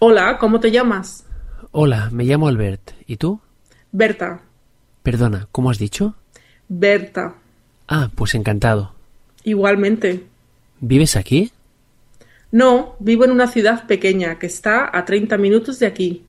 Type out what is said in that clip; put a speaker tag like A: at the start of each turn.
A: Hola, ¿cómo te llamas?
B: Hola, me llamo Albert. ¿Y tú?
A: Berta.
B: Perdona, ¿cómo has dicho?
A: Berta.
B: Ah, pues encantado.
A: Igualmente.
B: ¿Vives aquí?
A: No, vivo en una ciudad pequeña que está a 30 minutos de aquí.